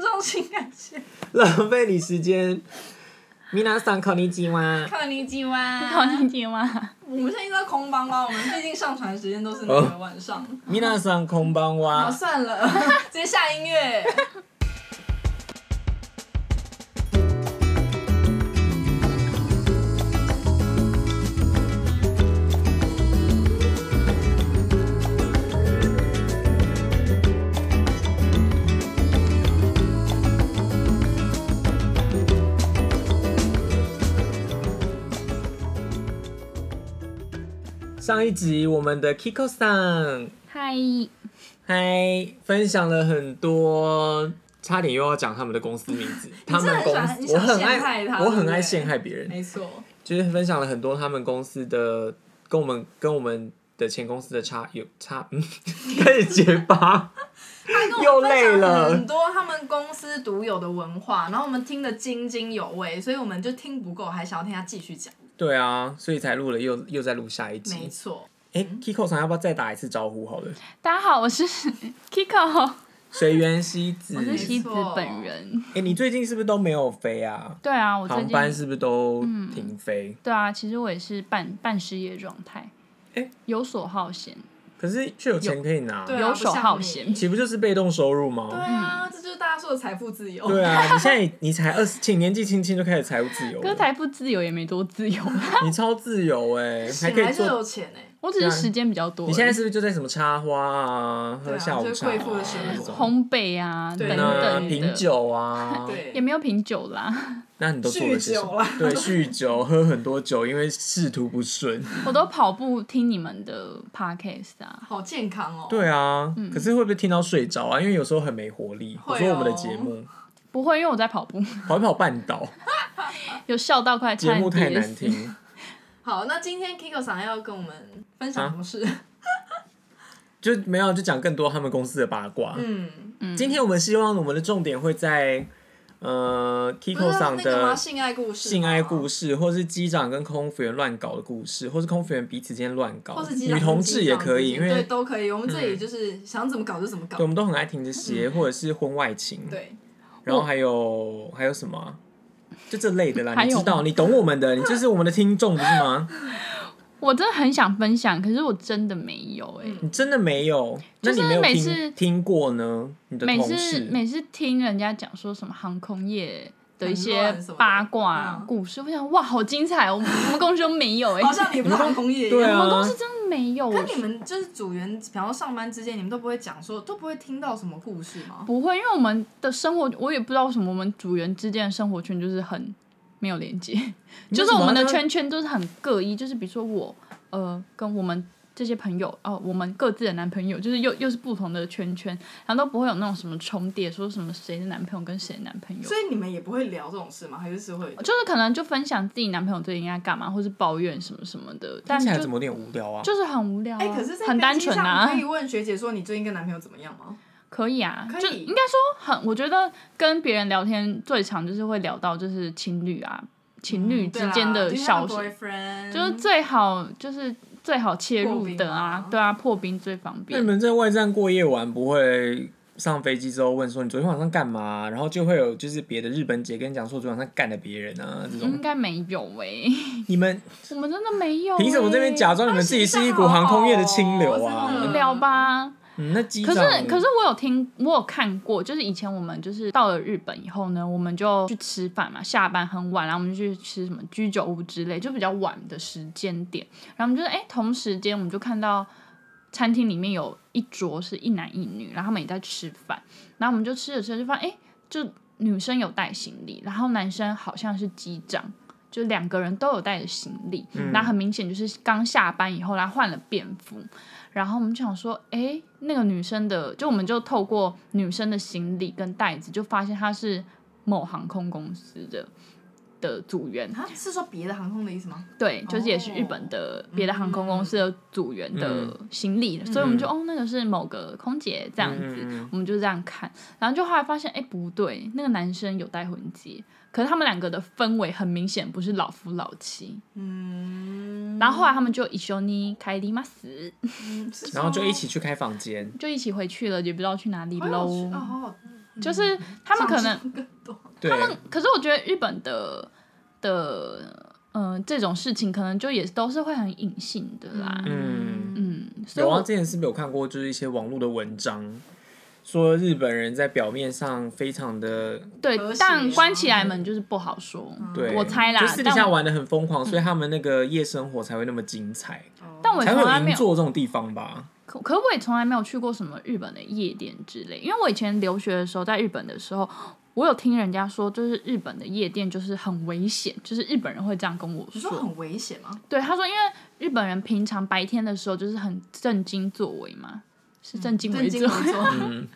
重情感线。浪费你时间。米娜桑考尼基吗？看你几晚？考你听吗？我们现在一直在空帮帮，我们毕竟上传时间都是那个晚上。米娜桑空邦哇好，！算 了，直接下音乐。上一集我们的 Kiko 桑嗨，还分享了很多，差点又要讲他们的公司名 字，他们公真的很司喜我欢很你想陷害爱他我很对不爱对陷害别人，没 错，就是分享了很多他们公司的跟我们跟我们的前公司的差有差， 嗯，开始结巴，又累了很。多他们公司独有的文化，然后我们听得津津有味，所以我们就听不够，还想要听他继续讲。对啊，所以才录了又又再录下一集没。错，哎、k i k o 桑要不要再打一次招呼？好了，大家好，我是 Kiko，水原希子，哦我是西子没错本人。哎、你最近是不是都没有飞啊？对啊，我最航班近是不是都停飞？对啊，其实我也是半半失业状态，诶有所好闲，可是却有钱可以拿，对啊，游手不像好你闲岂不就是被动收入对吗？啊，这就是大家说的财富自由。对啊，你现在你才二十，轻年纪轻轻就开始财务自由可了是，财富自由也没多自由， 你超自由哎、还醒可来以就做。有钱哎、我只是时间比较多而已。啊你现在是不是就在什么插花啊、对喝啊下午就是茶、啊、贵妇的生活烘焙啊对等对等啊的，品酒啊，对，也没有品酒啦， 那你都做了些什酗么酒啊啦？对，酗酒，喝很多酒，因为仕途不顺。我都跑步听你们的 podcast 啊。好健康哦。对啊，可是会不会听到睡着啊？因为有时候很没活力。我会哦说我们的节目不会，因为我在跑步， 跑一跑绊 倒，有笑到快节差目点太跌难死。听。好，那今天 Kiko 想要跟我们分享什么事？就没有就讲更多他们公司的八卦。嗯，今天我们希望我们的重点会在呃不是 Kiko 上那个吗？的性爱故事，性爱故事，事，或是机长跟空服员乱搞的故事，或是空服员彼此间乱搞，或是女同志也可以，因对为都可以。我们这嗯里就是想怎么搞就怎么搞对我。们都很爱听这些，或者是婚外情，嗯对，然后还有还有什么啊、就这类的啦，还你有知道，你懂我们的，你就是我们的听众，不是吗？我真的很想分享，可是我真的没有哎、嗯你真的没有？那就是你没有每次听听过呢？你的每同次事每次听人家讲说什么航空业的一很些啊乱什么的八卦啊嗯故事，我想哇，好精彩！哦我们 我们公司都没有哎、好像你不是航空业一对样。我们啊公，司真的没有。欸那我你们就是组员，比方说上班之间，你们都不会讲说，都不会听到什么故事吗？不会，因为我们的生活，我也不知道为什么，我们组员之间的生活圈就是很没有连接，就是我们的圈圈都是很各异，就是比如说我呃跟我们。这些朋友哦，我们各自的男朋友就是又又是不同的圈圈，然后都不会有那种什么重叠，说什么谁的男朋友跟谁的男朋友，所以你们也不会聊这种事吗？还是是会？就是可能就分享自己男朋友最近应该干嘛，或是抱怨什么什么的，听但起来就怎么有点无聊啊？就是很无聊、啊，哎，可是，在很单飞机纯上啊，可以问学姐说你最近跟男朋友怎么样吗？ 可以啊，可以就应该说很，我觉得跟别人聊天最常就是会聊到就是情侣啊，情嗯侣之间的小事，事就是最好就是最好切入破的啊冰啊，对啊，破冰最方那你便。们在外站过夜玩，不会上飞机之后问说你昨天晚上干嘛？然后就会有就是别的日本姐跟你讲说昨天晚上干了别人啊这种。应该没有诶、 你们我们真的没有、欸。凭什么这边假装你们自己是一股航空业的清流他们无真啊？的聊吧？嗯，那机哦可长是可是我有听我有看过，就是以前我们就是到了日本以后呢，我们就去吃饭嘛，下班很晚，然后我们就去吃什么居酒屋之类，就比较晚的时间点。然后我们就是哎、同时间我们就看到餐厅里面有一桌是一男一女，然后他们也在吃饭，然后我们就吃着吃着就发现哎、就女生有带行李，然后男生好像是机长。就两个人都有带着行李，然后很明显就是刚下班以后，然后换了便服，然后我们就想说，诶，那个女生的，就我们就透过女生的行李跟袋子，就发现她是某航空公司的的组员，啊，是说别的航空的意思吗？对，就是也是哦嗯日本的别的航空公司的组员的嗯行李，所以我们就哦，那个是某个空姐这样子，嗯嗯嗯我们就这样看，然后就后来发现，哎，不对，那个男生有戴婚戒，可是他们两个的氛围很明显不是老夫老妻，嗯，然后后来他们就一緒に帰ります，嗯是然后就说一起去开房间，就一起回去了，也不知道去哪里好有喽。趣哦，好好就是他们可能想知道更多对，啊嗯可是我觉得日本的的呃这种事情，可能就也都是会很隐性的啦。嗯嗯，所以有啊，我之前是不是有看过，就是一些网络的文章，说日本人在表面上非常的对和，谐啊嗯但嘛关起来门就是不好说。对，我猜啦就私底但下我嗯玩的很疯狂，所以他们那个夜生活才会那么精彩，但哦我也才从会来有没银有，座这种地方吧？可可我也从来没有去过什么日本的夜店之类。因为我以前留学的时候，在日本的时候，我有听人家说，就是日本的夜店就是很危险，就是日本人会这样跟我你说很危险吗？对，他说，因为日本人平常白天的时候就是很正经作为嘛，是正经为震惊作，没 错，嗯，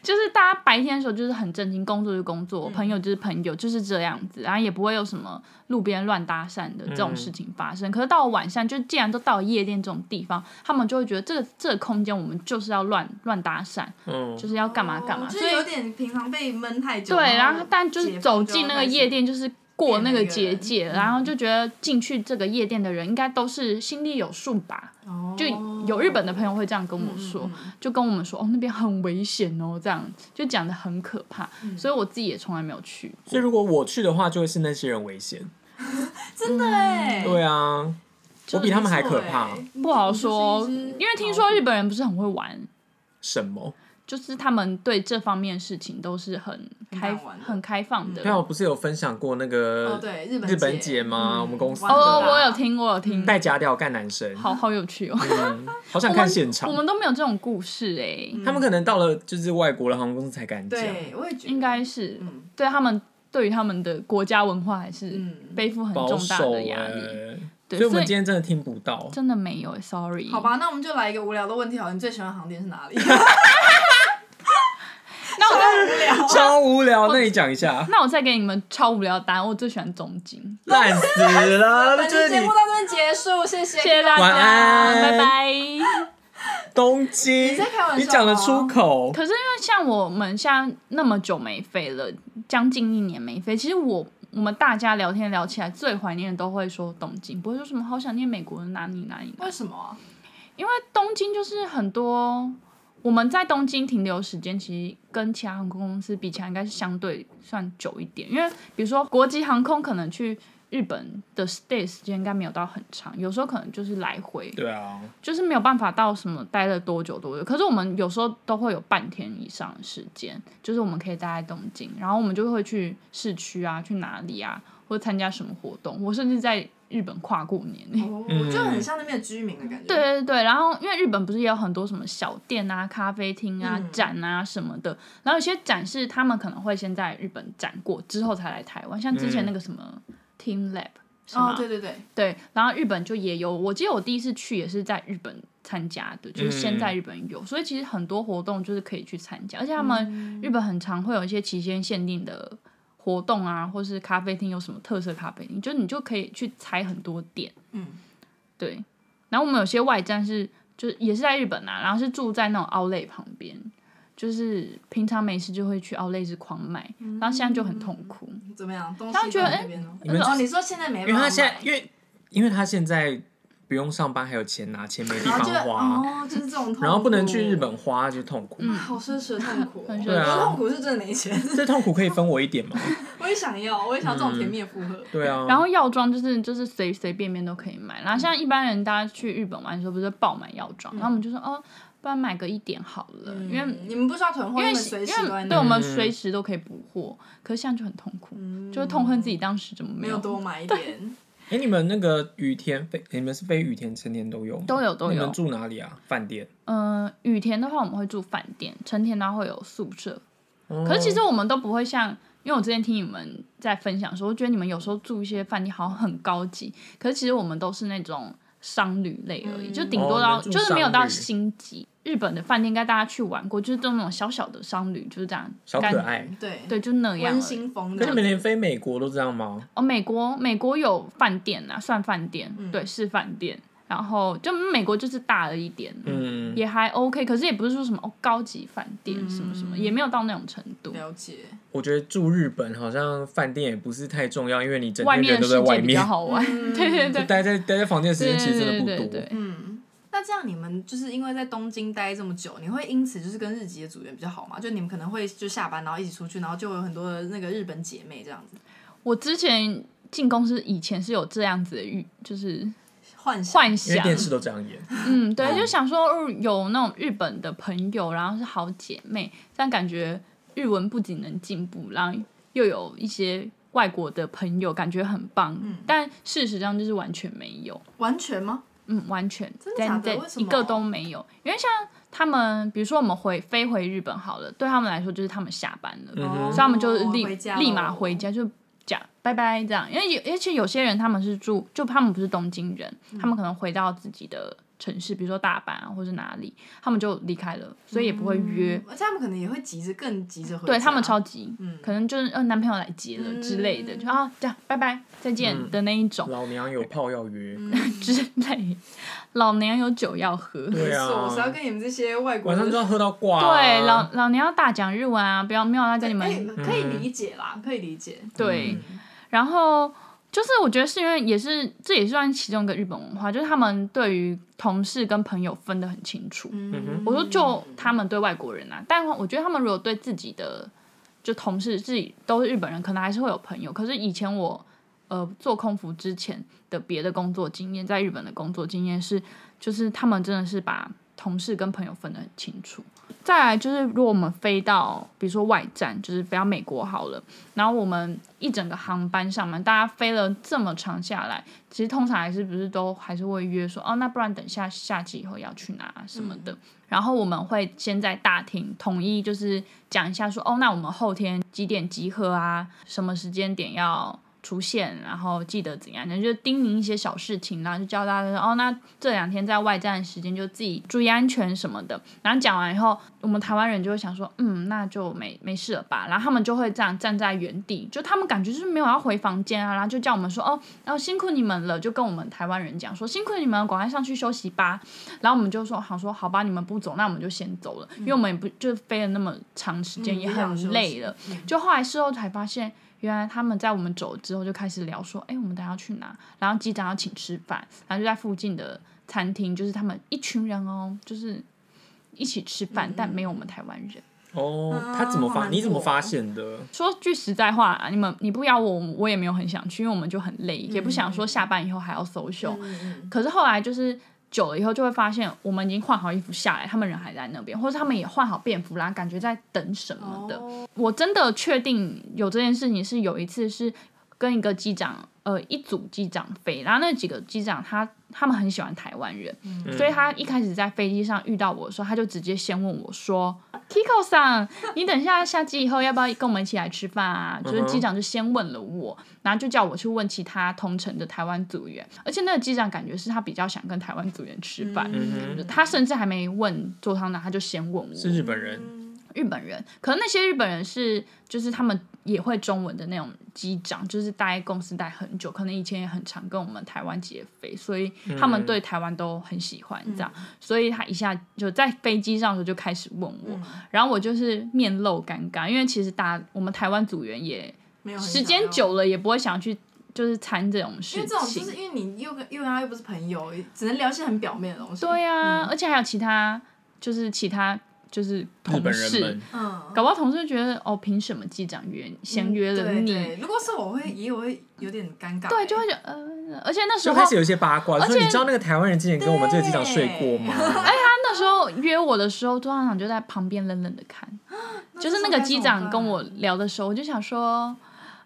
就是大家白天的时候就是很正经，工作就工嗯作，朋友就是朋友，就是这样子，然后也不会有什么路边乱搭讪的这种事情发嗯生。可是到了晚上，就既然都到了夜店这种地方，他们就会觉得这个这个空间我们就是要乱乱搭讪，嗯，就是要干嘛干嘛，哦就所是以有点平常被闷太久。对，然后但就解是放走就进要那个开始夜店，就是过变那那个个结人嗯界，然后就觉得进去这个夜店的人应该都是心里有数吧。哦就有日本的朋友会这样跟我说，嗯嗯嗯就跟我们说哦那边很危险哦，这样就讲的很可怕，嗯所以我自己也从来没有去所以如果我去的话，就会是那些人危险。真的哎，对啊，我比他们还可怕没错。欸不好说，你就是一只哦因为听说日本人不是很会玩，什么？就是他们对这方面的事情都是很开很敢玩的很开放的。对啊，我不是有分享过那哦，个对，日本日本姐吗？我们嗯公司哦的哦，啦我有听，我有听，带假屌干男生，好好有趣哦。嗯，好想看现场我。们都没有这种故事哎、嗯他们可能到了就是外国的航空公司才敢讲。对，我也觉得应该是、嗯对他们对于他们的国家文化还是嗯背负很保重大守的哎、压力。对，所以我所们以今天真的听不到。真的没有、s 欸 o r r y 好，吧，那我们就来一个无聊的问题好了，你最喜欢的航店是哪 里？那我无聊，超无聊，哦那你讲一下，那我再给你们超无聊的答案，我最喜欢东京。烂死 了， 那本就是期节你目到这边结束，谢谢，谢谢大晚家，安拜拜。东京你在开玩笑，你讲得出口，哦可是因为像我们现在那么久没飞了，将近一年没飞，其实我我们大家聊天聊起来最怀念的都会说东京，不会说什么好想念美国的哪里哪里哪里为什么啊？因为东京就是很多我们在东京停留时间，其实跟其他航空公司比起来，应该是相对算久一点。因为比如说国际航空可能去日本的 stay 时间应该没有到很长，有时候可能就是来回，对啊，就是没有办法到什么待了多久多久。可是我们有时候都会有半天以上的时间，就是我们可以待在东京，然后我们就会去市区啊，去哪里啊，或者参加什么活动。我甚至在日本跨过年嗯呢、哦，就很像那边的居民的感觉， 对，对对，然后因为日本不是也有很多什么小店啊、咖啡厅啊、嗯展啊什么的，然后有些展示他们可能会先在日本展过，之后才来台湾，像之前那个什么 Team Lab 是吗？哦，对对对，对然后日本就也有，我记得我第一次去也是在日本参加的，就是先在日本有，所以其实很多活动就是可以去参加，而且他们日本很常会有一些期间限定的。活动啊，或是咖啡厅有什么特色咖啡厅，就你就可以去踩很多点。嗯，对，然后我们有些外站是就是也是在日本啊，然后是住在那种 Outlet 旁边，就是平常没事就会去 Outlet 是狂买，然后现在就很痛苦。怎么样？东他们西觉得哎放在那边哦，们哦，你说现在没办因为法买，他现在，因为因为他现在不用上班，还有钱拿，钱没地然方后就花，哦，就是这种痛苦，然后不能去日本花，就痛苦。嗯哇，好奢侈的痛 苦哦，很奢侈对啊痛苦是真的没钱， 这痛苦可以分我一点 吗？我也想要，我也想要这种甜蜜的负荷，对啊，然后药妆就是就是随随便便都可以买，然后嗯像一般人大家去日本玩的时候不是爆买药妆，然后我们就说哦，不然买个一点好了，因为嗯你们不需要囤货，因因为为是随因时都在为那对我边，嗯们随时都可以补货，可是现在就很痛苦，就会痛恨自己当时怎么没没有有多买一点。哎，你们那个雨天飞，你们是飞雨天，成天都有吗？都有都你有们住哪里啊？饭店。嗯，雨田的话我们会住饭店，成田的话会有宿舍。可可是其哦实我们都不会像，因为我之前听你们在分享说，我觉得你们有时候住一些饭店好像很高级，可是其实我们都是那种商旅类而已，嗯就顶哦多你到、们住就是没有商到旅星级。日本的饭店应该大家去玩过，就是这种小小的商旅，就是这样，小干可爱。对， 对，就那样而温已。馨风可的是你。们连飞美国都这样吗？哦，美国美国有饭店啊，算饭店，嗯对，是饭店。然后就美国就是大了一点，嗯，也还 OK，可是也不是说什么哦高级饭店嗯什么什么，也没有到那种程度。了解，我觉得住日本好像饭店也不是太重要，因为你整外天面人的都在世外界比面嗯 较，好玩，对对对 待在待在房间的时对间其实真的对不对多。对。嗯，那那这样你们就是因为在东京待这么久，你会因此就是跟日籍的组员比较好吗？就你们可能会就下班然后一起出去，然后就有很多的那个日本姐妹这样子我之前进公司以前是有这样子的预，就是幻想。幻因为想，电视都这样演，嗯，对，就想说哦有那种日本的朋友，然后是好姐妹，这样感觉日文不仅能进步，然后又有一些外国的朋友，感觉很棒。嗯但事实上就是完全没有，完全吗？嗯，完全真的假的对对为什么一个都没有。因为像他们，比如说我们回飞回日本好了，对他们来说就是他们下班了，嗯哼所以他们就哦立回家立马咯回家，就讲拜拜这样。因为有，而且有些人他们是住，就他们不是东京人，嗯他们可能回到自己的城市，比如说大阪啊，或是哪里，他们就离开了，所以也不会约。嗯而且他们可能也会急着更急着回家。对他们超级，嗯可能就是呃男朋友来接了之类的，嗯就啊这样拜拜再见嗯的那一种、老娘有炮要约，嗯 之类。老娘有酒要喝，对是我是要啊，跟你们这些外国晚上人就要喝到挂、啊，对，老老娘要大讲日文啊，不要没有要跟你们、哎可以理解啦，可以理解。对，嗯然后就是我觉得是因为也是这也算其中一个日本文化，就是他们对于同事跟朋友分得很清楚。嗯我说就他们对外国人啊，但我觉得他们如果对自己的就同事自己都是日本人，可能还是会有朋友。可是以前我呃做空服之前的别的工作经验，在日本的工作经验是，就是他们真的是把同事跟朋友分得很清楚。再来就是，如果我们飞到比如说外站，就是飞到美国好了，然后我们一整个航班上面，大家飞了这么长下来，其实通常还是不是都还是会约说，哦，那不然等下下集以后要去哪啊什么的。然后我们会先在大厅统一就是讲一下说，哦，那我们后天几点集合啊？什么时间点要出现？然后记得怎样？然后就叮咛一些小事情啦，就教大家说，哦，那这两天在外站的时间就自己注意安全什么的。然后讲完以后，我们台湾人就会想说，嗯，那就没没事了吧？然后他们就会这样站在原地，就他们感觉就是没有要回房间啊，然后就叫我们说，哦，然后辛苦你们了，就跟我们台湾人讲说，辛苦你们了，赶快上去休息吧。然后我们就说，好说好吧，你们不走，那我们就先走了，因为我们也不就飞了那么长时间，嗯也也想休息很累了。就后来事后才发现，原来他们在我们走之后就开始聊说，哎，我们等下要去哪？然后机长要请吃饭，然后就在附近的餐厅，就是他们一群人哦，就是一起吃嗯饭，但没有我们台湾人。哦，啊他怎么好发？难你怎么过发现的？说句实在话啊，你们你不邀我，我也没有很想去，因为我们就很累，也不想说下班以后还要 social、嗯可是后来就是久了以后，就会发现我们已经换好衣服下来，他们人还在那边，或者他们也换好便服啦，感觉在等什么的。哦我真的确定有这件事情，是有一次是跟一个机长，呃，一组机长飞，然后那几个机长他他们很喜欢台湾人，嗯所以他一开始在飞机上遇到我的时候，他就直接先问我说：“Kiko 桑，你等一下下机以后要不要跟我们一起来吃饭啊？”嗯就是机长就先问了我，然后就叫我去问其他同城的台湾组员，而且那个机长感觉是他比较想跟台湾组员吃饭，嗯嗯他甚至还没问座舱长，他就先问我是日本人，嗯日本人，可能那些日本人是就是他们也会中文的那种机长，就是待公司待很久，可能以前也很常跟我们台湾姐飞，所以他们对台湾都很喜欢这嗯样，所以他一下就在飞机上的时候就开始问我，嗯然后我就是面露尴尬，因为其实大家我们台湾组员也没有很时想间要久了也不会想去就是参这种因事为这种情就，是因为你又跟又跟他又不是朋友，只能聊一些很表面的东西。对啊，而且还有其他就是其他就是日同本人事们。嗯，搞不好同事觉得哦，凭什么机长约先约了对你？对如果是我会，也会有点尴尬。对，就会觉得呃，而且那时就候开始他有一些八卦，就而说你且知道那个台湾人之前跟我们这个机长睡过吗？哎那时候约我的时候，周厂长就在旁边冷冷的看，啊就是那个机长跟我聊的时候，我就想说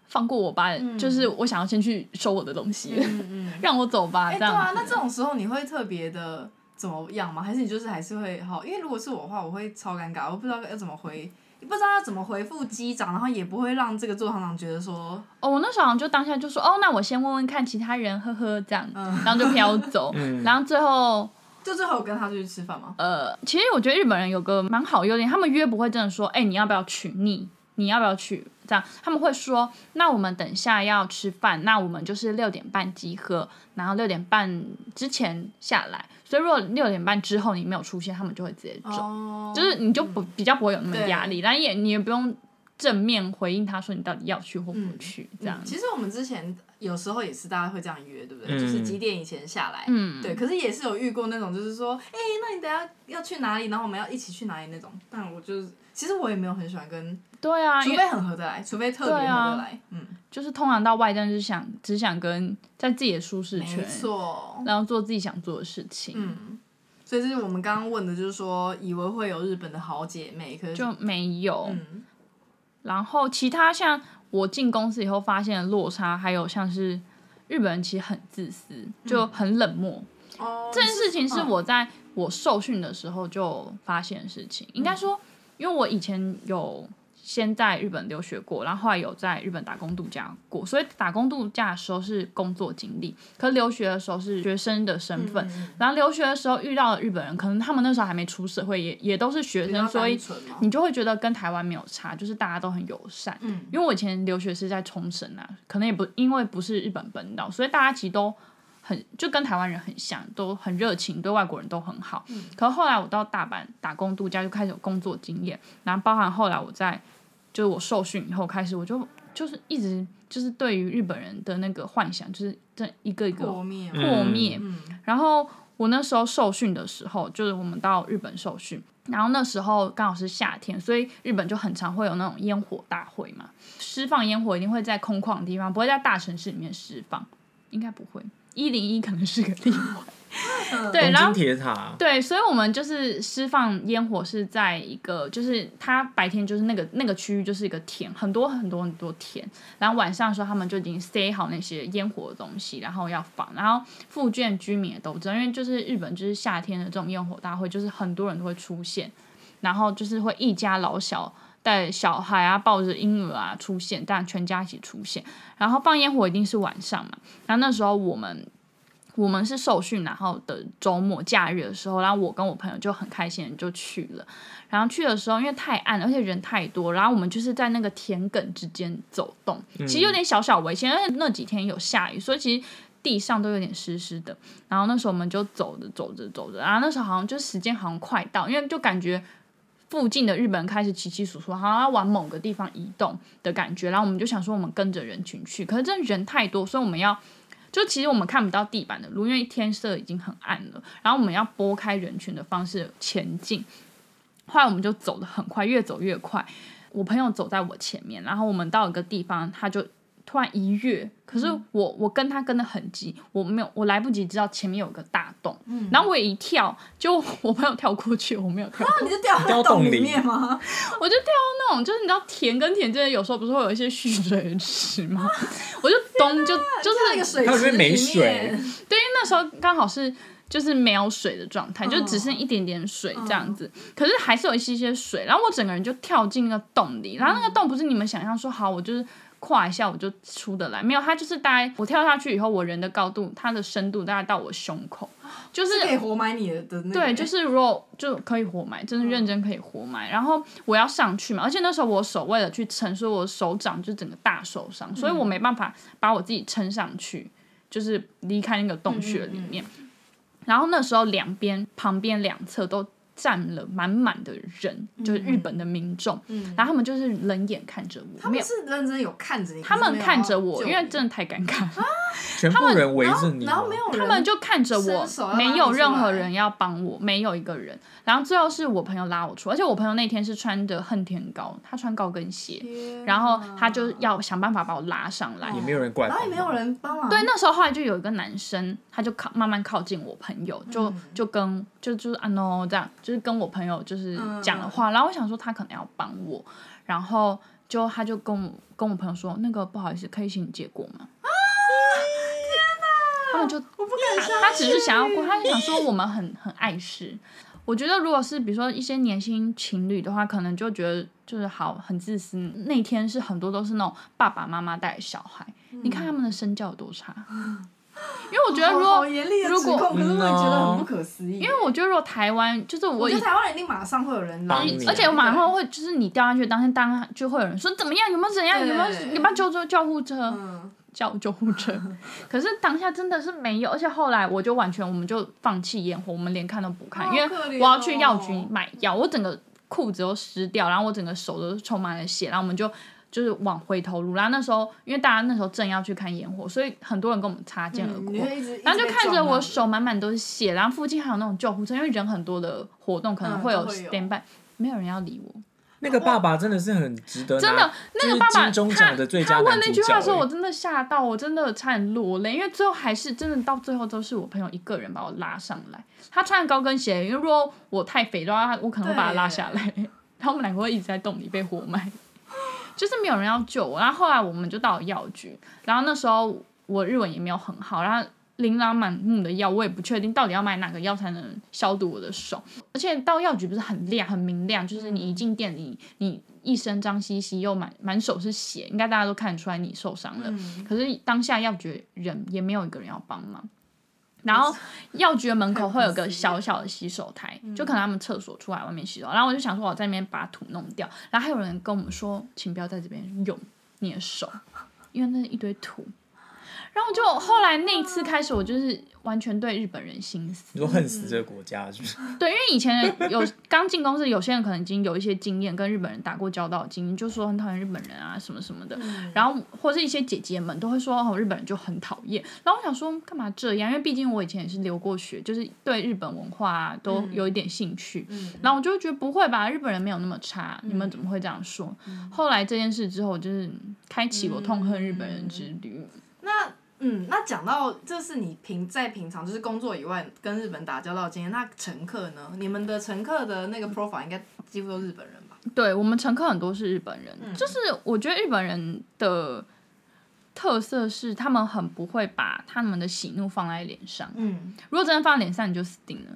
放过我吧，就是我想要先去收我的东西，嗯嗯，嗯嗯， 让我走吧，哎，这对样子。啊，那这种时候你会特别的怎么样吗？还是你就是还是会好？因为如果是我的话，我会超尴尬，我不知道要怎么回，不知道要怎么回复机长，然后也不会让这个座堂长觉得说，哦，我那时候好像就当下就说，哦，那我先问问看其他人，呵呵，这样，嗯然后就飘走，嗯然后最后。就最后有跟他出去吃饭吗？呃，其实我觉得日本人有个蛮好的优点，他们约不会真的说，哎、你要不要去？你你要不要去？这样他们会说，那我们等下要吃饭，那我们就是六点半集合，然后六点半之前下来。所以如果六点半之后呃你没有出现，他们就会直接走，哦，就是你就不比较不会有那么对压力，但也你也不用正面回应他说你到底要去或不去、这样。嗯其实我们之前有时候也是大家会这样约，对不对？嗯就是几点以前下来。嗯，对，可是也是有遇过那种，就是说，哎、那你等一下要去哪里，然后我们要一起去哪里那种。但我就是，其实我也没有很喜欢跟，对啊，因除为非很合得来，除非特别对啊合得来，嗯，就是通常到外站是想只想跟在自己的舒适圈没，错，然后做自己想做的事情，嗯。所以这是我们刚刚问的，就是说，以为会有日本的好姐妹，可是就没有。嗯，然后其他像我进公司以后发现的落差，还有像是日本人其实很自私，就很冷漠。嗯哦，这件事情是嗯我在我受训的时候就发现的事情。应该说，嗯因为我以前有先在日本留学过，然后后来有在日本打工度假过，所以打工度假的时候是工作经历，可留学的时候是学生的身份。嗯然后留学的时候遇到的日本人，可能他们那时候还没出社会，也也都是学比生，较所以单纯啊嘛，你就会觉得跟台湾没有差，就是大家都很友善。嗯，因为我以前留学是在冲绳啊，可能也不因为不是日本本岛，所以大家其实都很就跟台湾人很像，都很热情，对外国人都很好。可是后来我到大阪打工度假，就开始有工作经验，然后包含后来我在就是我受训以后开始，我就就是一直就是对于日本人的那个幻想，就是这一个一个破灭嘛，破灭。嗯然后我那时候受训的时候，就是我们到日本受训，然后那时候刚好是夏天，所以日本就很常会有那种烟火大会嘛，释放烟火一定会在空旷的地方，不会在大城市里面释放，应该不会。一零一可能是个例外，对， 东然京后铁塔，对，所以我们就是释放烟火是在一个，就是它白天就是那个那个区域就是一个田，很多很多很多田，然后晚上的时候他们就已经塞好那些烟火的东西，然后要放，然后附近居民也都知道，因为就是日本就是夏天的这种烟火大会，就是很多人都会出现，然后就是会一家老小。带小孩啊，抱着婴儿啊出现，但全家一起出现。然后放烟火一定是晚上嘛，然后那时候我们我们是受训，然后的周末假日的时候，然后我跟我朋友就很开心地就去了。然后去的时候，因为太暗，而且人太多，然后我们就是在那个田埂之间走动，其实有点小小危险，因为那几天有下雨，所以其实地上都有点湿湿的。然后那时候我们就走着走着走着，然后那时候好像就时间好像快到，因为就感觉。附近的日本人开始起起簌簌，好像要往某个地方移动的感觉，然后我们就想说我们跟着人群去，可是真的人太多，所以我们要就其实我们看不到地板的路，因为天色已经很暗了，然后我们要拨开人群的方式前进。后来我们就走得很快，越走越快。我朋友走在我前面，然后我们到一个地方，他就突然一跃，可嗯是我我跟他跟得很急，我没有我来不及知道前面有个大洞，然后我也一跳，就我朋友跳过去，我没有跳那 过去，你就掉掉到洞洞里里面 吗？我就掉到那种就是你知道田跟田之间有时候不是会有一些蓄水池 吗？我就咚就就就是是那个水它会不池会里没面，水那时候刚好是就是没有水的状态，嗯就只剩一点点水这样子，可是还是有一些些水。然后我整个人就跳进那个洞里，然后那个洞不是你们想象说好我就是跨一下我就出得来，没有，它就是大概我跳下去以后，我人的高度，它的深度大概到我胸口，就是是可以活埋你的的那个。嗯对，就是如果就可以活埋，真的认真可以活埋。然后我要上去嘛，而且那时候我手为了去撑，所以我手掌就整个大受伤，所以嗯我没办法把我自己撑上去，就是离开那个嗯洞穴里面。然后那时候两边旁边两侧都站了满满的人，就是日本的民众，然后他们就是冷眼看着我，嗯他没们有。是认真有看着你，他们看着我，可是没因有要为真的太尴尬了，全部人围着你，哦然后没有人，他们就看着伸手我，要拉没你有出任何来人要帮我，没有一个人。然后最后是我朋友拉我出，而且我朋友那天是穿的恨天高，他穿高跟鞋，天然后哪他就要想办法把我拉上来。也没有人哦管，然后啊也没有人帮忙，对，那时候后来就有一个男生，他就靠慢慢靠近我朋友，就、嗯就跟就就是啊 no 这样，就是跟我朋友就是嗯讲了话，然后我想说他可能要帮我，然后就他就跟我跟我朋友说，那个不好意思，可以请你结果吗？啊！天哪！他们就我不敢相他只是想要过，他是想说我们很很碍事。我觉得如果是比如说一些年轻情侣的话，可能就觉得就是好很自私。那天是很多都是那种爸爸妈妈带的小孩，嗯你看他们的身教有 多差。因为我觉得如好好果，严厉的指如果控，可是我也觉得很嗯哦不可思议。因因为我觉得如果台湾就是我我以觉得台湾人一定马上会有人来帮你，而且我马上对会，就是你掉下去的当天，当下就会有人说怎么样，有没有怎样，有没有对有没有救救救护车，嗯叫救护 车。可是当下真的是没有，而且后来我就完全，我们就放弃烟火，我们连看都不看，哦好因可怜为我要去药局哦买药，我整个裤子都湿掉，然后我整个手都充满了血，然后我们就就是往回头路。然后那时候因为大家那时候正要去看烟火，所以很多人跟我们擦肩而过。你嗯会一直，然后就看着我手，手满满都是血，然后附近还有那种救护车，因为人很多的活动可能嗯会有都会有 stand by，没有人要理我。那个爸爸真的是很值得拿，真的，那个爸爸金钟他奖的最他佳问男那主句角话的时候，欸我真的吓到，我真的差点落泪，因为最后还是真的到最后都是我朋友一个人把我拉上来。他穿高跟鞋，因为如果我太肥的话，我可能会把他拉下来。然后我们两个会一直在洞里被活埋， 就是没有人要救我。然后后来我们就到了药局，然后那时候我日文也没有很好，然后琳琅满目的药，我也不确定到底要买哪个药才能消毒我的手。而且到药局不是很亮、很明亮，就是你一进店里，你一身脏兮兮，又满满手是血，应该大家都看得出来你受伤了。嗯，可是当下药局人也没有一个人要帮忙。然后药局的门口会有个小小的洗手台，就可能他们厕所出来外面洗手。然后我就想说，我在那边把土弄掉。然后还有人跟我们说，请不要在这边用你的手，因为那是一堆土。然后就后来那一次开始，我就是完全对日本人心死。你说恨死这个国家是不嗯是？对，因为以前人有刚进公司，有些人可能已经有一些经验，跟日本人打过交道的经验，就说很讨厌日本人啊什么什么的。嗯然后或是一些姐姐们都会说哦，日本人就很讨厌。然后我想说干嘛这样？因为毕竟我以前也是留过学，就是对日本文化、啊、都有一点兴趣。嗯然后我就会觉得不会吧，日本人没有那么差，你们怎么会这样说？后来这件事之后，我就是开启我痛恨日本人之旅。那嗯，那讲到这是你平在平常就是工作以外跟日本打交道的经验，那乘客呢？你们的乘客的那个 profile 应该几乎都日本人吧？对我们乘客很多是日本人，嗯就是我觉得日本人的特色是他们很不会把他们的喜怒放在脸上，嗯，如果真的放在脸上，你就死定了。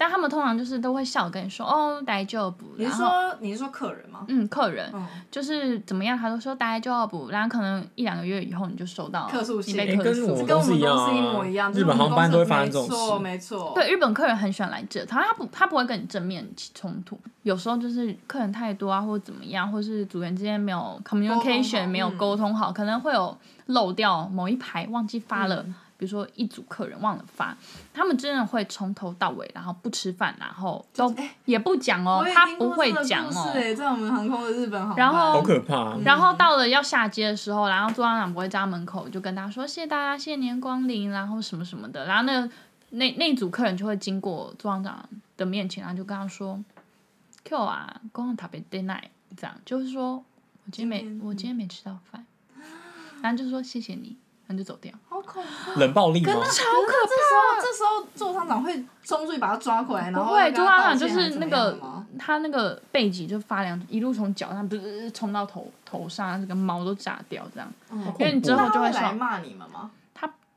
但他们通常就是都会笑着跟你说：“哦，大丈夫。”你然是后说你是说客人吗？嗯，客人嗯，就是怎么样，他都说大丈夫。然后可能一两个月以后，你就收到客诉你信被哎客跟诉我们跟我公司们一样公啊司一模一样，就是日本我们航班公司都会发生这种没错事没错，对，日本客人很喜欢来这，他他不他不会跟你正面起冲突，有时候就是客人太多啊，或者怎么样，或是组员之间没有好 communication，没有嗯沟通好，可能会有漏掉某一排忘记发了，嗯比如说一组客人忘了发，他们真的会从头到尾，然后不吃饭，然后都也不讲哎哦我，也他听不过会这个讲故哦事。欸在我们航空的日本航班，然后好可怕嗯啊！然后到了要下街的时候，然后坐到朗博会家门口，就跟大家说谢谢大家，谢谢您光临，然后什么什么的。然后那个那那一组客人就会经过座长长的面前，然后就跟他说：“Q 啊，公共塔贝对奈。”这样就是说我今天没今天嗯我今天没吃到饭，然后就说谢谢你，然后就走掉。好恐怖。冷暴力吗？超可怕！这时啊候，这时候座舱长会冲出去把他抓回来，然后不会，跟朱他拉道长歉就是那还是个怎么样的吗他那个背脊就发凉，一路从脚上不是冲到头头上，这个毛都炸掉这样。因为你之嗯那后他就会笑来骂你们吗？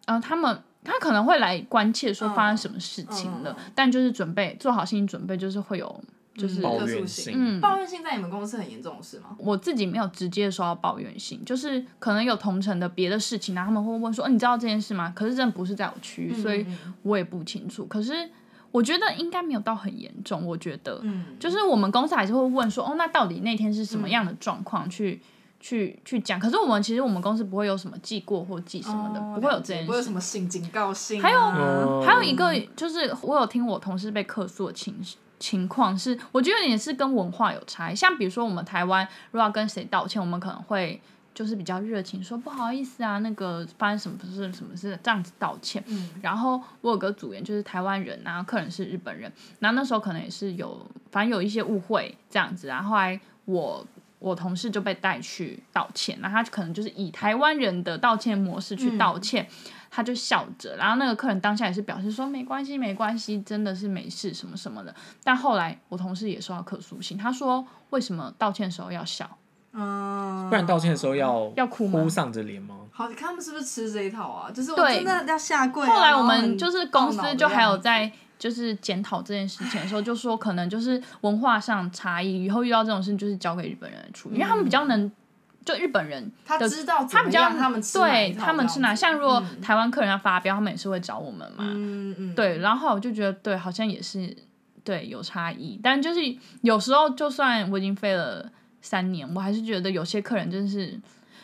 呃，他们他可能会来关切说嗯发生什么事情了，嗯嗯但就是准备做好心理准备，就是会有就是抱嗯怨嗯性，抱怨性在你们公司很严重的事吗？我自己没有直接收到抱怨信，就是可能有同城的别的事情，然后他们会问说、呃你知道这件事吗？可是真的不是在我区域，所以嗯嗯我也不清楚。可是我觉得应该没有到很严重，我觉得，嗯，就是我们公司还是会问说，哦，那到底那天是什么样的状况去、去去讲？可是我们其实我们公司不会有什么记过或记什么的，哦不会有了这解件不会有事。什么性警告性啊，还有嗯还有一个就是，我有听我同事被客诉的情情况是，我觉得也是跟文化有差异。像比如说，我们台湾如果要跟谁道歉，我们可能会就是比较热情，说不好意思啊，那个发生什么事什么事这样子道歉。嗯然后我有个组员就是台湾人啊，然后客人是日本人，然后那时候可能也是有，反正有一些误会这样子，啊然后后来我。我同事就被带去道歉，然后他可能就是以台湾人的道歉模式去道歉，他就笑着，然后那个客人当下也是表示说没关系，没关系，真的是没事什么什么的。但后来我同事也收到客诉信，他说为什么道歉的时候要笑，嗯，哦不然道歉的时候要要哭吗哭？丧着脸吗？好，看他们是不是吃这一套啊？就是我对真的要下跪啊。后来我然后们很就是懊公恼司的就还有样子在就是检讨这件事情的时候，就说可能就是文化上差异，以后遇到这种事情就是交给日本人来处理，因为他们比较能。就日本人，他的知嗯道怎他么比较样他们吃哪对一套他们这吃样哪，子像如果嗯台湾客人要发飙，他们也是会找我们嘛。嗯嗯，对，然后后来我就觉得，对，好像也是对有差异，但就是有时候就算我已经飞了三年，我还是觉得有些客人真是，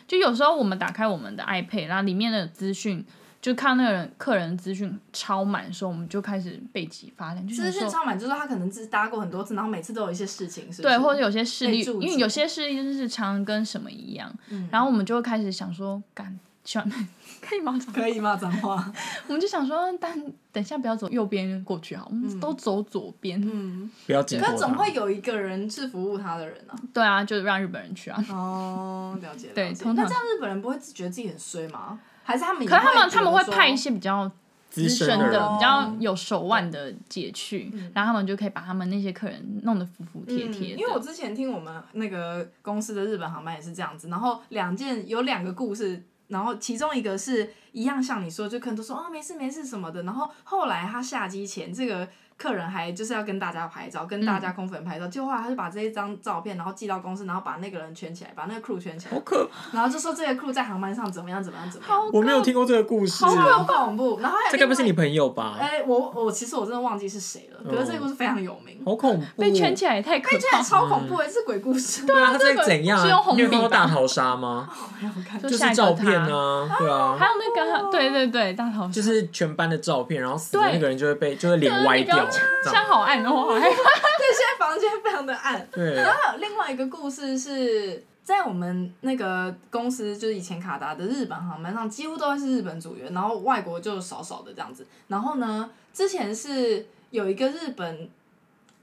就有时候我们打开我们的 iPad，然后里面的资讯就看那个人客人资讯超满的时候，我们就开始背脊发凉，就资是讯说。超满，就是他可能只搭过很多次，然后每次都有一些事情，是不是？对，或者有些事例，被注因为解有些事例就是常跟什么一样，嗯然后我们就会开始想说，干，喜欢 可以吗？可以骂脏 话。我们就想说，但等一下不要走右边过去好，我们都走左边。嗯，不要紧可迫总他会。有一个人是服务他的 人啊。对啊，就让日本人去啊。哦，了解。了对解通常那这样日本人不会觉得自己很衰吗？还是他们也可是他们觉得他们会说哦派一些比较资深的的、人比较有手腕的姐去，然后他们就可以把他们那些客人弄得服服帖嗯帖因的。为我之前听我们那个公司的日本航班也是这样子，然后两件有两个故事。然后其中一个是一样像你说，就客人都说哦没事没事什么的。然后后来他下机前，这个客人还就是要跟大家拍照，跟大家空粉拍照。结果后来他就把这一张照片，然后寄到公司，然后把那个人圈起来，把那个 crew 圈起来好，可，然后就说这个 crew 在航班上怎么样怎么样怎么样，好我没有听过这个故事，好恐怖。然后还有这该不另是外你朋友吧？哎、我我其实我真的忘记是谁了，可是这个故事非常有名，好恐怖！被圈起来也太可这怕还了，超恐怖哎、是鬼故事。对啊，他这这个怎样是用啊？红你有看过笔吧大逃杀吗？ 没有看就就是下一个照片他啊，对啊还，有那个啊，对对对，大头就就是全班的照片，然后死的那对啊个人就会被就会脸歪掉，这现样在好暗哦，我嗯好害怕。对，现在房间非常的暗。还对，有另外一个故事是在我们那个公司，就是以前卡达的日本航班上，几乎都会是日本组员，然后外国就少少的这样子。然后呢，之前是有一个日本。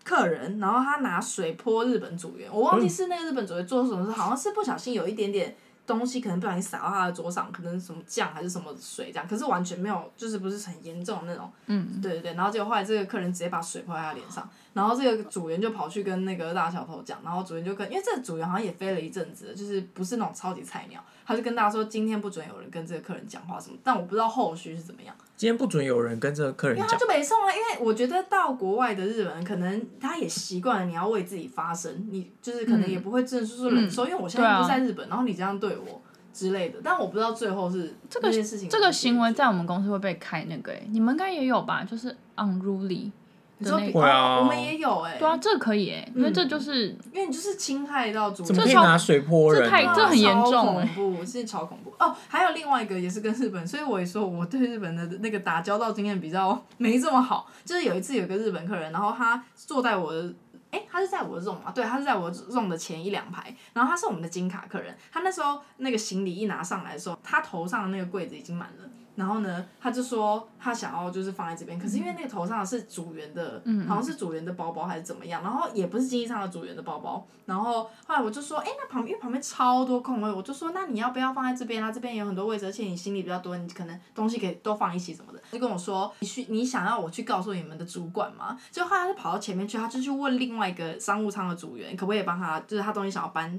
客人，然后他拿水泼日本组员，我忘记是那个日本组员做什么事，好像是不小心有一点点东西，可能不小心洒到他的桌上，可能什么酱还是什么水这样，可是完全没有，就是不是很严重的那种。嗯，对对对，然后结果后来这个客人直接把水泼在他脸上，然后这个组员就跑去跟那个大小头讲，然后组员就跟，因为这个组员好像也飞了一阵子，就是不是那种超级菜鸟，他就跟大家说今天不准有人跟这个客人讲话什么，但我不知道后续是怎么样，嗯今天不准有人跟这个客人因为他讲，就没送啊，因为我觉得到国外的日本人可能他也习惯了你要为自己发声，你就是可能也不会真的说嗯忍受，因为我现在不是在日本，然后你这样对我之类的，但我不知道最后是这个那件事情 啊这个行为在我们们公司会被开那个、欸，你们应该也有吧？就是 unruly 你的说那比个。会啊哦我们也有哎、对啊，这个可以哎、因为嗯这就是因为你就是侵害到主人，怎么可以这超拿水泼人太啊？这很严重欸超恐怖，是超恐怖哦。还有另外一个也是跟日本，所以我也说我对日本的那个打交道经验比较没这么好。就是有一次有个日本客人，然后他坐在我的。哎、他是在我 room 啊，对，他是在我 room 的前一两排，然后他是我们的金卡客人，他那时候那个行李一拿上来的时候，他头上的那个柜子已经满了，然后呢，他就说他想要就是放在这边，可是因为那个头上是组员的，嗯好像是组员的包包还是怎么样，然后也不是经济舱的组员的包包，然后后来我就说，哎、那旁边因为旁边超多空位，我就说那你要不要放在这边啊？这边也有很多位置，而且你行李比较多，你可能东西可以都放一起什么的。就跟我说，你去你想要我去告诉你们的主管吗？结果后来他就跑到前面去，他就去问另外一个商务舱的组员，可不可以帮他，就是他东西想要搬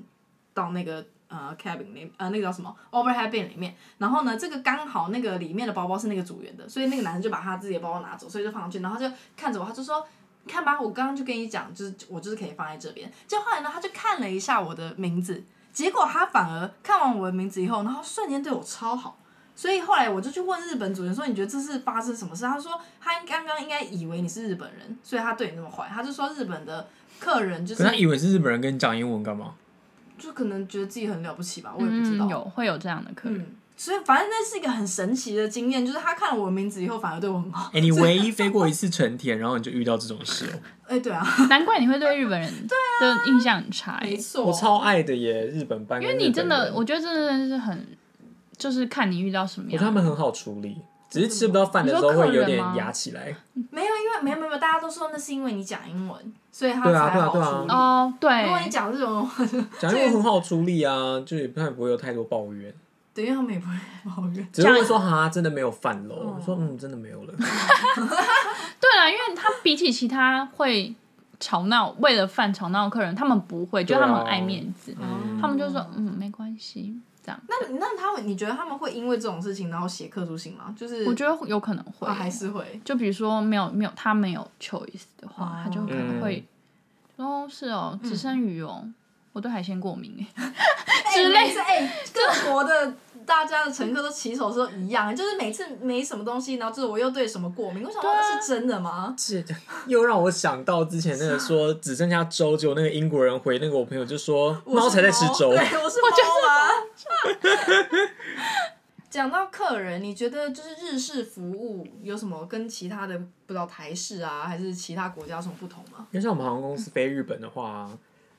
到那个呃 cabin 里呃那个叫什么 overhead bin 里面。然后呢，这个刚好那个里面的包包是那个组员的，所以那个男生就把他自己的包包拿走，所以就放上去，然后他就看着我，他就说。看吧，我刚刚就跟你讲，就是我就是可以放在这边。结果后来呢，他就看了一下我的名字，结果他反而看完我的名字以后，然后瞬间对我超好。所以后来我就去问日本主人说：“你觉得这是发生什么事？”他说：“他刚刚应该以为你是日本人，所以他对你那么坏。”他就说日本的客人就可是是他以为是日本人跟你讲英文干嘛？就可能觉得自己很了不起吧，我也不知道。嗯有会有这样的客人，嗯，所以反正那是一个很神奇的经验，就是他看了我的名字以后，反而对我很 好。哎，你唯 一飞过一次成田，然后你就遇到这种事哦，哎、对啊，难怪你会对日 本人的印象很差、没欸，错，我超爱的耶，日本班因跟日本为人。你真的，我觉得真的是很，就是看你遇到什么我觉得他样们的。很好处理，只是吃不到饭的时候会有点压起来。没有，因为没有没有没有，大家都说那是因为你讲英文，所以他对啊才好处对理。啊对啊哦，对，如果你讲日文的话，讲英文很好处理啊，就也不太不会有太多抱怨，对，因为他们也不会抱怨。只是会说哈真的没有饭喽。哦我说嗯真的没有了，对啦，因为他比起其他会吵闹、为了饭吵闹的客人，他们不会，就对啊他们很爱面子，嗯他们就说嗯没关系这样。那那他们，你觉得他们会因为这种事情然后写客诉信吗？就是我觉得有可能会，啊还是会。就比如说没有没有他没有 choice 的话哦，他就可能会嗯哦是哦，只剩鱼哦，我对海鲜过敏哎，之类类似哎，各国的大家的乘客都起手说一样，就是每次没什么东西，然后就是我又对什么过敏，我想说对啊这 是真的吗？这 又让我想到之前那个说只剩下粥，结果那个英国人回那个我朋友就说我猫是才在吃猫粥对，，我是猫吗？ 讲到客人，你觉得就是日式服务有什么跟其他的不知道台式啊，还是其他国家有什么不同吗？因为像我们航空公司飞日本的话，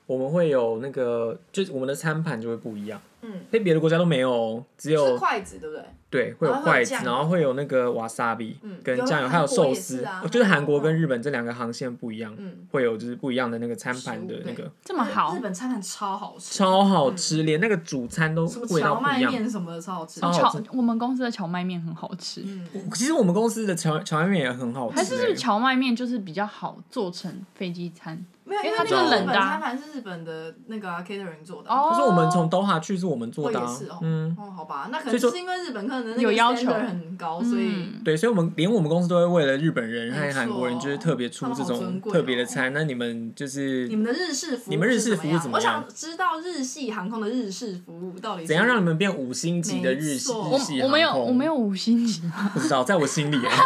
我们会有那个，就是我们的餐盘就会不一样，嗯，飞别的国家都没有哦，只是有筷子对不对？对会有然后会有筷子，酱油然后会有那个瓦萨比嗯跟有酱油，还有韩国寿也司，是啊哦就是韩国嗯跟日本这两个航线不一样，嗯，会有就是不一样的那个餐食盘物的那对个，这么好日，本餐盘超好吃，超好吃，连那个主餐都什么味荞道不麦一样。面什么的超好吃。超好荞吃我们公司的荞麦面很好吃，嗯，其实我们公司的荞荞麦面也很好吃、欸，还是是荞麦面就是比较好做成飞机餐没有，因因为为它那就个是冷日的本啊餐盘是日本的那个啊 catering 做的啊。哦。可是我们从 Doha 去是我们做哦，的、也啊是哦，嗯，哦，好吧，那可所能以说就是因为日本客人的那有个要求 standard 很高，所以嗯对，所以我们连我们公司都会为了日本人没和错韩国人，就是特别出这他们好种尊贵哦特别的餐。那你们就是你们的日式服务，你们日式服务怎怎么么样？样我想知道日系航空的日式服务到底是怎样让你们变五星级的日没系错日系我我没有航空我没有五星级，不知道，在我心 里、欸，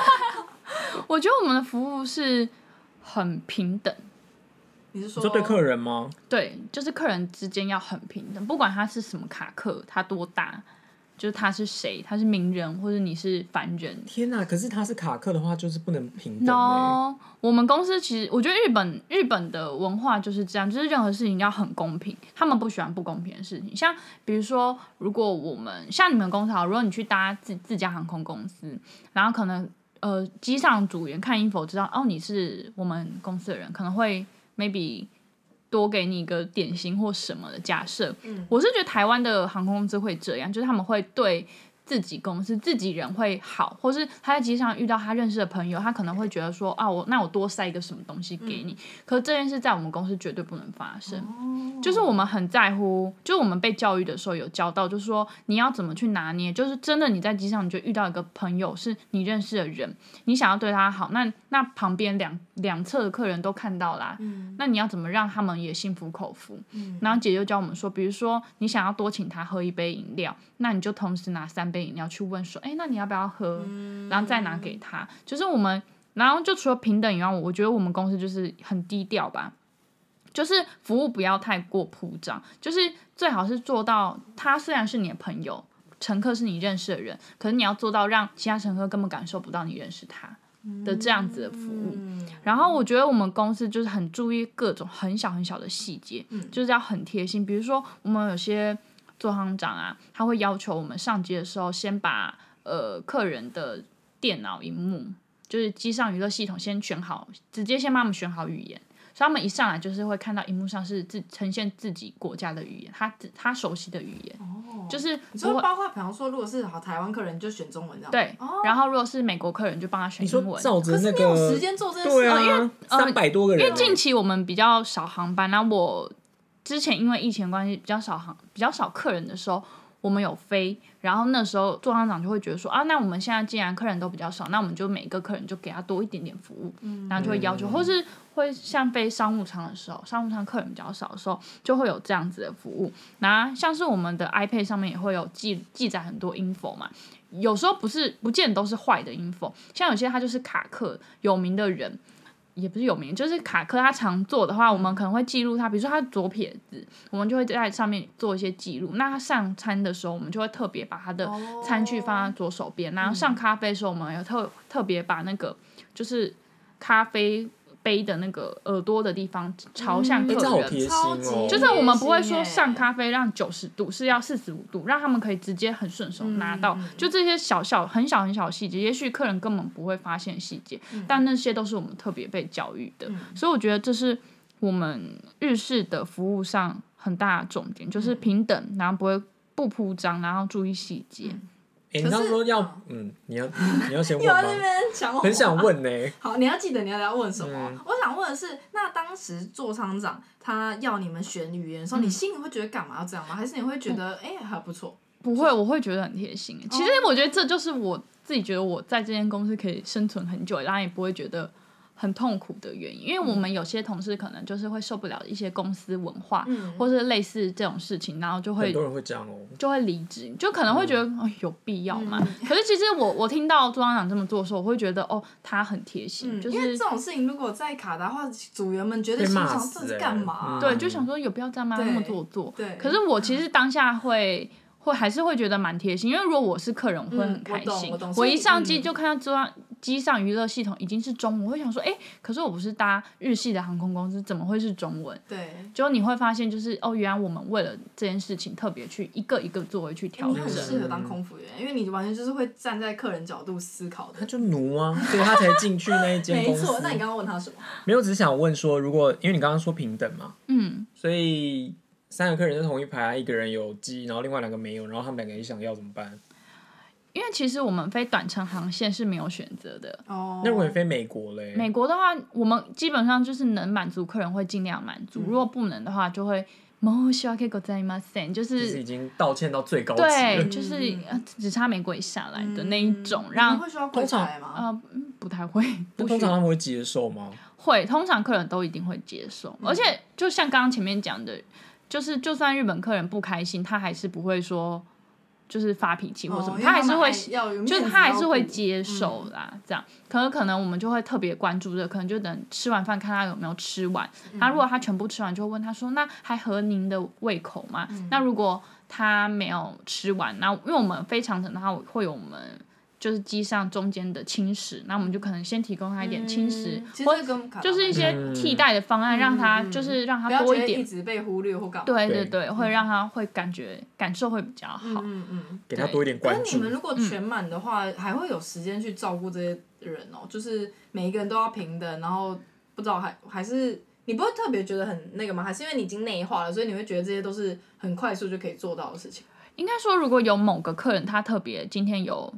我觉得我们的服务是很平等，你是说你说对客人吗？对，就是客人之间要很平等，不管他是什么卡客，他多大，就是他是谁，他是名人或者你是凡人。天哪、可是他是卡克的话，就是不能平等、欸。 No，我们公司其实我觉得日本日本的文化就是这样，就是任何事情要很公平，他们不喜欢不公平的事情。像比如说，如果我们像你们公司好，如果你去搭自自家航空公司，然后可能呃机上组员看 info 知道哦你是我们公司的人，可能会 maybe 多给你一个点心或什么的假设。嗯我是觉得台湾的航空公司会这样，就是他们会对自己公司自己人会好，或是他在机上遇到他认识的朋友，他可能会觉得说啊我那我多塞一个什么东西给你。可是这件事在我们公司绝对不能发生。就是我们很在乎，就是我们被教育的时候有教到，就是说你要怎么去拿捏，就是真的你在机上你就遇到一个朋友是你认识的人，你想要对他好，那那旁边两两侧的客人都看到啦，嗯那你要怎么让他们也心服口服？嗯然后姐就教我们说，比如说你想要多请他喝一杯饮料，那你就同时拿三杯饮料去问说，哎，那你要不要喝？然后再拿给他，就是我们，然后就除了平等以外，我觉得我们公司就是很低调吧，就是服务不要太过铺张，就是最好是做到他虽然是你的朋友，乘客是你认识的人，可是你要做到让其他乘客根本感受不到你认识他的这样子的服务。嗯然后我觉得我们公司就是很注意各种很小很小的细节，嗯就是要很贴心。比如说我们有些做行长啊，他会要求我们上机的时候先把呃客人的电脑荧幕，就是机上娱乐系统先选好，直接先帮他们选好语言。所以他们一上来就是会看到荧幕上是自呈现自己国家的语言，他自他熟悉的语言，哦，就是你不说会包括，比方说，如果是好台湾客人，就选中文这样。，对。然后如果是美国客人，就帮他选你英说文。呃照着可是那你有个时间做这件对事啊，吗？因为三百多个人、因欸，为近期我们比较少航班，那我之前因为疫情关系比较少航，比较少客人的时候，我们有飞，然后那时候座舱长就会觉得说啊，那我们现在既然客人都比较少，那我们就每个客人就给他多一点点服务，然后就会要求，或是会像飞商务舱的时候，商务舱客人比较少的时候，就会有这样子的服务。那像是我们的 iPad 上面也会有记记载很多 info 嘛，有时候不是不见得都是坏的 info，像有些他就是卡克有名的人，也不是有名，就是卡克他常做的话，我们可能会记录他，比如说他左撇子，我们就会在上面做一些记录。那他上餐的时候，我们就会特别把他哦的餐具放在左手边，然后上咖啡的时候，我们有特特别把那个就是咖啡杯的那个耳朵的地方朝向嗯客哎这好人。贴心超级哦，就是我们不会贴说心耶上咖啡让九十度，是要四十五度，让他们可以直接很顺手拿到。嗯嗯就这些小小很小很小的细节，也许客人根本不会发现细节，嗯但那些都是我们特别被教育的。所以我觉得这是我们日式的服务上很大的重点，嗯就是平等，然后不会不铺张，然后注意细节。哎、你刚可刚是说要嗯，你要 你要先问又在那吗？边哦抢我，很想问呢、欸好，你要记得你要要问什么。嗯我想问的是，那当时座舱长他要你们选语言的时候，嗯你心里会觉得干嘛要这样吗？还是你会觉得哎、还不错？不会，我会觉得很贴心。其实哦我觉得这就是我自己觉得我在这间公司可以生存很久，然后也不会觉得很痛苦的原因。因为嗯我们有些同事可能就是会受不了一些公司文化，嗯或是类似这种事情，然后就很会多人会嗯这样哦、就会离职，就可能会觉得、哦有必要吗？嗯可是其实我我听到朱厂长这么做的时候，我会觉得哦他很贴心，嗯，就因为是这种事情如果在卡达的话，组员们绝对被心骂想死这是欸干嘛、嗯对，就想说有必要这样吗？对嗯那么做作。对可是我其实当下会会还是会觉得蛮贴心，因为如果我是客人，我会很开嗯心。我懂我懂我所以一上机嗯就看到桌上机上娱乐系统已经是中文，我会想说，哎、可是我不是搭日系的航空公司，怎么会是中文？对，就你会发现，就是哦，原来我们为了这件事情特别去一个一个座位去调你很整。适合当空服员，因为你完全就是会站在客人角度思考他的。就奴啊，所以他才进去那一间没公司。错，那你刚刚问他什么？没有，只是想问说，如果因为你刚刚说平等嘛，嗯，所以三个客人是同一排，啊一个人有鸡，然后另外两个没有，然后他们两个也想要怎么办？因为其实我们飞短程航线是没有选择的。哦，那如果你飞美国嘞？美国的话，我们基本上就是能满足客人会尽量满嗯足，如果不能的话就会。申し訳ございません，就就是是已经道歉到最高级对，了。就是嗯呃只差没跪下来的那一嗯种，你让们会需要柜台吗？呃嗯不太会，那不通需常他们会接受吗？会，通常客人都一定会接受，嗯而且就像刚刚前面讲的，就是就算日本客人不开心，他还是不会说就是发脾气或什么，哦因为他还是会们。要有面就子是他还是会要顾嗯接受啦，这样，可是可能我们就会特别关注这个，可能就等吃完饭看他有没有吃完。他嗯如果他全部吃完，就会问他说：“那还合您的胃口吗？”嗯那如果他没有吃完，那因为我们非常的，他会有我们就是机上中间的轻食，那我们就可能先提供他一点轻食，嗯其实或这跟卡拉就是一些嗯替代的方案，让他嗯嗯就是让不他要多觉一得点一，嗯直被忽略或干嘛。对对对对，会让他会感觉感受会比较好。嗯嗯。给他多一点可关是注你。们如果嗯全满的话，还会有时间去照顾这些人哦、就是每一个人都要平等，然后不知道还还是你不会特别觉得很那个吗？还是因为你已经内化了，所以你会觉得这些都是很快速就可以做到的事情？应该说，如果有某个客人他特别今天有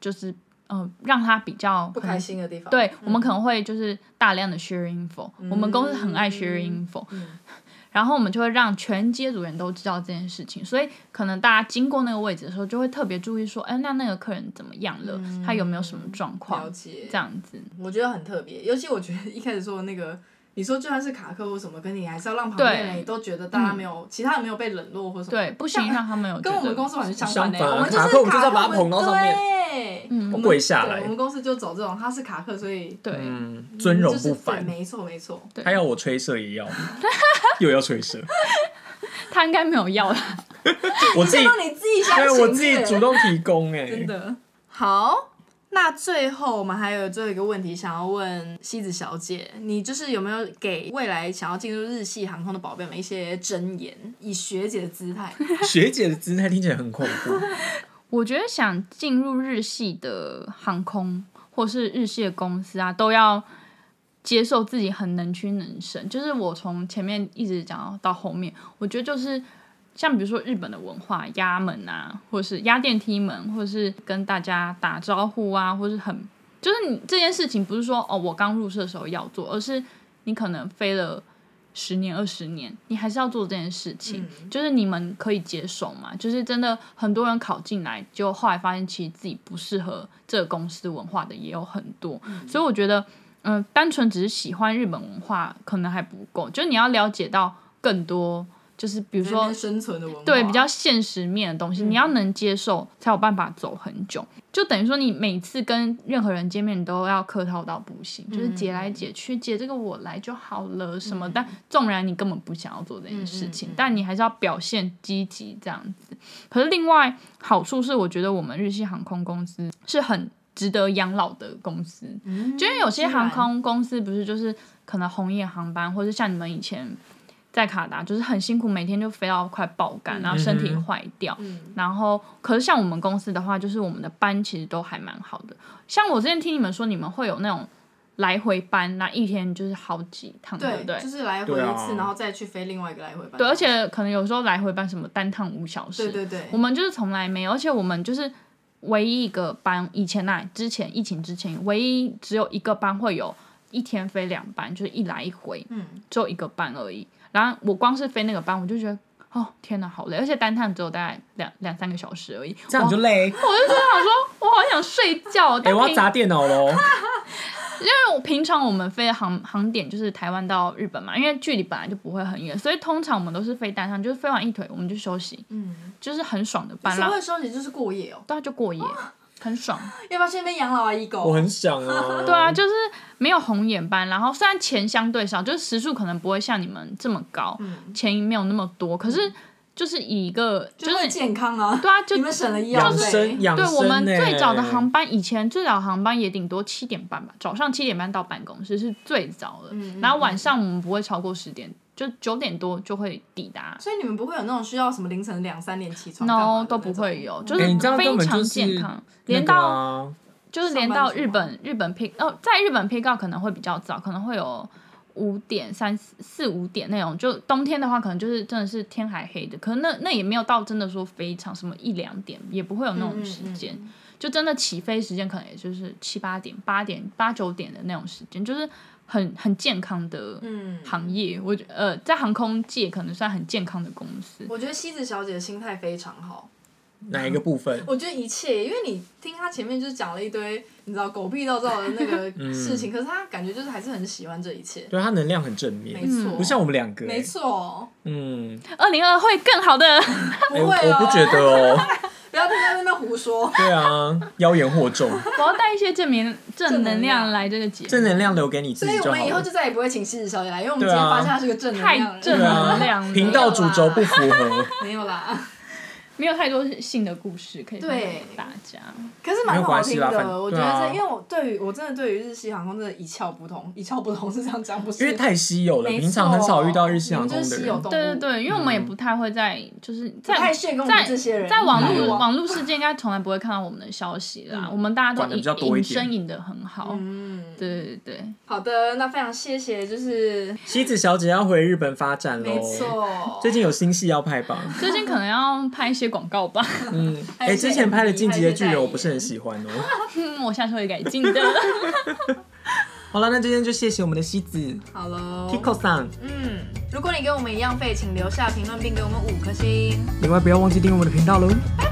就是嗯、呃让他比较不开心的嗯地方，对、我们可能会就是大量的 share info，、我们公司很爱 share info，、嗯 然后我们就会让全机组员都知道这件事情，所以可能大家经过那个位置的时候，就会特别注意说，哎、那那个客人怎么样了？他有没有什么状嗯了况？解。这样子，我觉得很特别，尤其我觉得一开始说的那个，你说就算是卡客或什么，跟你还是要让旁对嗯边的人也都觉得大家没有、其他人没有被冷落或什么。对，不行让他们有觉跟我们得公司完全相反的、欸相反啊我们就卡是克我们就是要把它卡克捧到上面对，嗯我跪下对，来我们公司就走这种，他是卡克，所以对。嗯，尊荣就是不对凡。没错没错，对他要我吹射 也要，又要吹射，他应该没有 要啦。我自己让你自己相对啊信，我自己主动提供 哎、真的好。那最后我们还有最后一个问题想要问西子小姐，你就是有没有给未来想要进入日系航空的宝贝们一些箴言？以学姐的姿 态，学姐的姿态听起来很恐 怖，我觉得想进入日系的航空或是日系的公司啊，都要接受自己很能屈能伸。就是我从前面一直讲到到后面，我觉得就是像比如说日本的文化压门啊，或是压电梯门，或是跟大家打招呼啊，或是很就是你这件事情不是说哦我刚入社的时候要做，而是你可能飞了十年二十年，你还是要做这件事情。就是你们可以接受嘛？就是真的很多人考进来，就后来发现其实自己不适合这个公司文化的也有很多，所以我觉得，嗯、单纯只是喜欢日本文化可能还不够，就是你要了解到更多，就是比如比说生存的文化，嗯对比较现实面的东西，你要能接受，才有办法走很久。就等于说，你每次跟任何人见面，你都要客套到不行，就是嗯姐来姐去，姐这个我来就好了什么。但纵然你根本不想要做这件事情，嗯嗯嗯但你还是要表现积极这样子。可是另外好处是，我觉得我们日系航空公司是很值得养老的公司，嗯，就因为有些居然航空公司不是就是可能红眼航班，或者像你们以前在卡达，就是很辛苦，每天就飞到快爆肝，然后身体嗯哼坏掉。嗯然后，可是像我们公司的话，就是我们的班其实都还蛮好的。像我之前听你们说，你们会有那种来回班，那一天就是好几趟，对不对，对？就是来回对啊一次，然后再去飞另外一个来回班，对，而且可能有时候来回班什么单趟五小时，对对对我，们就是从来没有，而且我们就是唯一一个班，以前那、之前疫情之前，唯一只有一个班会有一天飞两班，就是一来一回，嗯，只有一个班而已。然后我光是飞那个班，我就觉得。哦，天哪，好累！而且单趟只有大概两两三个小时而已，这样你就累。我就真的想说，我好想睡觉。哎、但我要平砸电 脑喽！因为平常我们飞的航航点就是台湾到日本嘛，因为距离本来就不会很远，所以通常我们都是飞单趟，就是飞完一腿我们就休息，嗯，就是很爽的班。所然后谓休息就是过夜哦，对啊，就过夜，很爽。要不要去那边养老啊，一狗？我很想啊。对哦啊，，就是没有红眼班，然后虽然钱相对少，就是时数可能不会像你们这么高，嗯钱没有那么多，可是就是以一个就就是是健康 啊。对啊，就你们省了医药养费生，养对生、欸。啊我们最早的航班，以前最早的航班也顶多七点半吧，早上七点半到办公室是最早的，嗯嗯然后晚上我们不会超过十点，就九点多就会抵达。所以你们不会有那种需要什么凌晨两三点起床干嘛的那 no 种，嗯都不会有，就哎是你这样非根本就常是健康，那连个到啊，就是连上班到族日吗本日本 pick 哦，在日本 pick up 可能会比较早，可能会有五点三四四五点那种。就冬天的话，可能就是真的是天还黑的，可能那那也没有到真的说非常什么一两点，也不会有那种嗯时间。嗯嗯就真的起飞时间可能也就是七八点、八点、八九点的那种时间，就是很很健康的嗯行业。我觉呃，在航空界可能算很健康的公司。我觉得西子小姐的心态非常好，哪一个部分？我觉得一切，因为你听她前面就是讲了一堆你知道狗屁倒灶的那 个嗯事情，可是她感觉就是还是很喜欢这一切，对，它能量很正面，没错，不像我们两个、欸。没错，嗯，二零二会更好的， 不哎我会我不觉哦，得哦。，不要听她在那边胡说对啊，妖言惑众，我要带一些正面正能量来这个节目。正能量留给你自所己以就我好们以后了就。再也不会请西子小姐来，因为我们对今啊天发现她是个正能量太人 正对能啊量了，频道主轴不符合， 没有啦，没有太多性的故事可以分享给对大家。可是蛮好听没有关系啦反的，我觉得对这啊因为我对于我真的对于日系航空真的一窍不通，一窍不通是这样讲不是？因为太稀有了，没错平常很少遇到日系航你空们就的是稀有人动。物嗯对对对，因为我们也不太会在，就是在不太屑跟我们这些人在网来络往网络世界应该从来不会看到我们的消息啦。嗯我们大家管都得隐比较多一隐点身隐的很好。嗯，对对对，好的，那非常谢谢，就是西子小姐要回日本发展喽没，错，最近有新戏要拍吧？最近可能要拍一些广告吧。 嗯，还有哎，一些之前拍的《进击的巨人还》有一些代言我不是很喜欢哦。嗯我下次会改进的。 好了，那今天就谢谢我们的西子好喽。 Kiko 桑，嗯，如果你跟我们一样废，请留下评论并给我们五颗星，另外不要忘记订阅我们的频道喽。拜